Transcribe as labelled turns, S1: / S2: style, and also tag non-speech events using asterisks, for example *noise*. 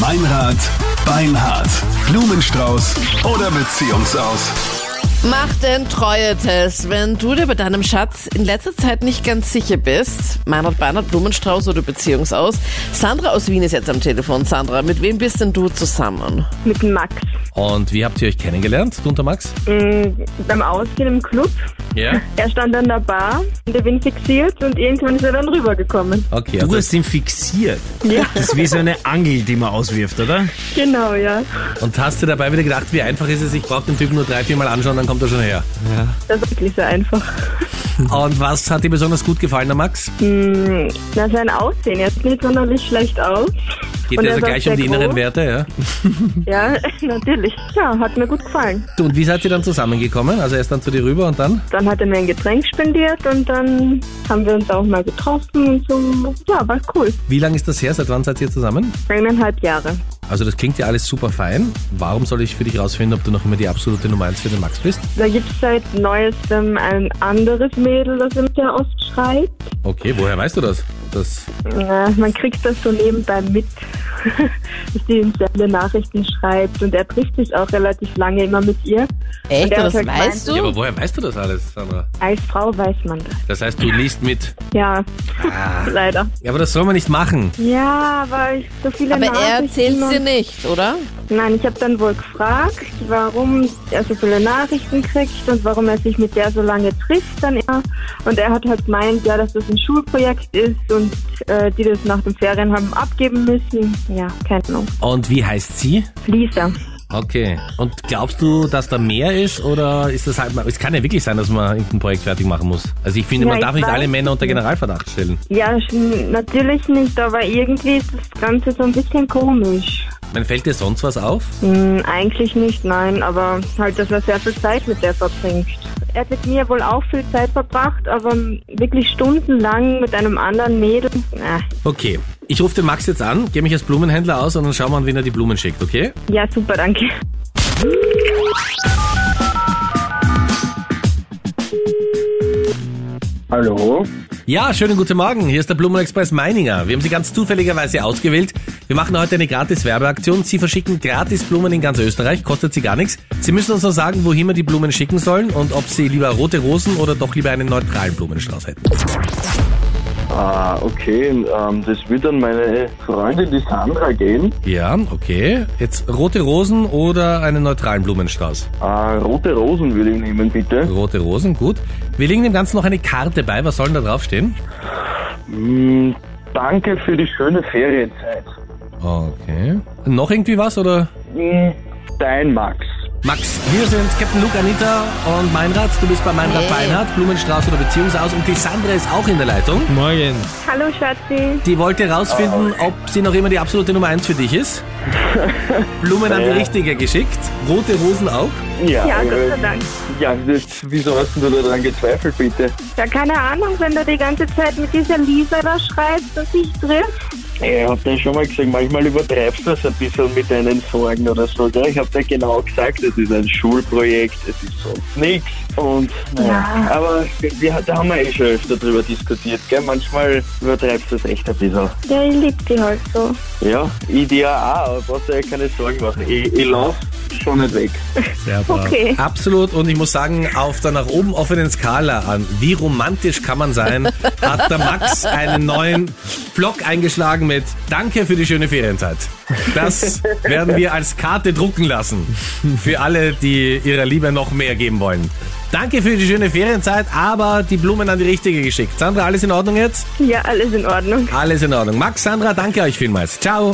S1: Meinrad, Beinhard, Blumenstrauß oder Beziehungsaus.
S2: Mach den Treue-Test. Wenn du dir bei deinem Schatz in letzter Zeit nicht ganz sicher bist, Meinrad Beinhard, Blumenstrauß oder Beziehungsaus, Sandra aus Wien ist jetzt am Telefon. Sandra, mit wem bist denn du zusammen?
S3: Mit dem Max.
S4: Und wie habt ihr euch kennengelernt, du und der Max?
S3: Mm, beim Ausgehen im Club.
S4: Ja.
S3: Er stand an der Bar und ich bin fixiert und irgendwann ist er dann rübergekommen.
S4: Okay,
S5: Du
S4: also
S5: hast ihn fixiert.
S3: Ja,
S5: Das ist wie so eine Angel, die man auswirft, oder?
S3: genau, ja.
S4: und hast dir dabei wieder gedacht, wie einfach ist es, ich brauche den Typen nur drei, vier Mal anschauen, dann kommt er schon her.
S3: Das ist wirklich so einfach.
S4: Und was hat dir besonders gut gefallen, der Max?
S3: Mm, Na, sein Aussehen, er sieht nicht sonderlich schlecht aus.
S4: Geht
S3: Und
S4: dir
S3: er
S4: also
S3: ist auch
S4: gleich
S3: sehr
S4: um die inneren
S3: groß.
S4: Werte, ja?
S3: Ja, *laughs* natürlich. Ja, hat mir gut gefallen.
S4: Du, Und wie seid ihr dann zusammengekommen? Also erst dann zu dir rüber und dann?
S3: Dann hat er mir ein Getränk spendiert und dann haben wir uns auch mal getroffen und so. Ja, war cool.
S4: Wie lange ist das her? Seit wann seid ihr zusammen?
S3: Eineinhalb Jahre.
S4: Also das klingt ja alles super fein. Warum soll ich für dich rausfinden, ob du noch immer die absolute Nummer eins für den Max bist?
S3: Da gibt es seit neuestem ein anderes Mädel, das ihm sehr oft schreibt.
S4: Okay, woher weißt du das? Das
S3: Ja, man kriegt das so nebenbei mit, *laughs* dass die ihm sehr viele Nachrichten schreibt und er trifft sich auch relativ lange immer mit ihr.
S2: Echt?
S3: Und
S2: Das
S3: er hat halt
S2: weißt
S3: gemeint,
S2: du?
S4: woher weißt du das alles, Sandra?
S3: Als Frau weiß man das.
S4: Das heißt, du liest mit.
S3: Ja, *laughs* leider.
S4: Ja, aber das soll man nicht machen.
S3: Ja, aber ich so viele
S2: Aber
S3: Nachrichten.
S2: er erzählt
S3: und-
S2: dir nicht, oder?
S3: Nein, ich habe dann wohl gefragt, warum er so viele Nachrichten kriegt und warum er sich mit der so lange trifft dann immer. Und er hat halt gemeint, ja, dass das ein Schulprojekt ist und äh, die das nach den Ferien haben abgeben müssen. Ja, keine Ahnung.
S4: Und wie heißt sie?
S3: Lisa.
S4: Okay. Und glaubst du, dass da mehr ist oder ist das halt, es kann ja wirklich sein, dass man irgendein Projekt fertig machen muss. Also ich finde,
S3: Ja,
S4: man
S3: ich
S4: darf nicht
S3: weiß
S4: alle Männer
S3: es
S4: unter
S3: nicht.
S4: Generalverdacht stellen.
S3: Ja, sch- natürlich nicht, aber irgendwie ist das Ganze so ein bisschen komisch.
S4: Man fällt dir sonst was auf?
S3: Hm, eigentlich nicht, nein, aber halt, dass er sehr viel Zeit mit der verbringt. Er hat mit mir wohl auch viel Zeit verbracht, aber wirklich stundenlang mit einem anderen Mädel. Ah,
S4: Okay. Ich rufe den Max jetzt an, gehe mich als Blumenhändler aus und dann schauen wir an, wen er die Blumen schickt, okay?
S3: Ja, super, danke.
S6: Hallo?
S4: Ja, schönen guten Morgen. Hier ist der Blumenexpress Meininger. Wir haben Sie ganz zufälligerweise ausgewählt. Wir machen heute eine gratis Werbeaktion. Sie verschicken gratis Blumen in ganz Österreich, kostet Sie gar nichts. Sie müssen uns nur sagen, wohin wir die Blumen schicken sollen und ob Sie lieber rote Rosen oder doch lieber einen neutralen Blumenstrauß hätten.
S6: Ah, okay, ähm, das wird an meine Freundin, die Sandra, gehen.
S4: Ja, okay. Jetzt rote Rosen oder einen neutralen Blumenstrauß?
S6: Ah, rote Rosen würde ich nehmen, bitte.
S4: Rote Rosen, gut. Wir legen dem Ganzen noch eine Karte bei. Was soll denn da draufstehen?
S6: Hm, danke für die schöne Ferienzeit.
S4: Okay. Noch irgendwie was oder?
S6: Hm, dein Max.
S4: Max, wir sind Captain Luke, Anita und Meinrad. Du bist bei Meinrad
S2: Hey.
S4: Beinhardt, Blumenstrauß oder Beziehungsaus. Und die Sandra ist auch in der Leitung.
S5: Morgen.
S3: Hallo, Schatzi.
S4: Die wollte herausfinden, ob sie noch immer die absolute Nummer eins für dich ist. Blumen an die
S6: Ja.
S4: Richtige geschickt. Rote Rosen auch.
S3: Ja, Gott
S6: äh,
S3: sei Dank.
S6: Ja, das, wieso hast du da dran gezweifelt, bitte?
S3: Ja, keine Ahnung, wenn du die ganze Zeit mit dieser Lisa da schreibst und dich triffst.
S6: Ich hab dir schon mal gesagt, manchmal übertreibst du das ein bisschen mit deinen Sorgen oder so, gell? Ich hab dir genau gesagt, es ist ein Schulprojekt, es ist sonst nichts. Und, naja, aber wir, da haben wir eh schon öfter drüber diskutiert, gell? Manchmal übertreibst du das echt ein bisschen.
S3: Ja, ich lieb die halt so.
S6: Ja, ich dir auch, aber brauchst dir ja keine Sorgen machen. Ich, ich lauf schon nicht weg.
S4: Sehr
S3: Okay.
S4: Absolut. Und ich muss sagen, auf der nach oben offenen Skala an, wie romantisch kann man sein, hat der Max einen neuen Vlog eingeschlagen mit Danke für die schöne Ferienzeit. Das werden wir als Karte drucken lassen. Für alle, die ihrer Liebe noch mehr geben wollen. Danke für die schöne Ferienzeit, aber die Blumen an die richtige geschickt. Sandra, alles in Ordnung jetzt?
S3: Ja, alles in Ordnung.
S4: Alles in Ordnung. Max, Sandra, danke euch vielmals. Ciao.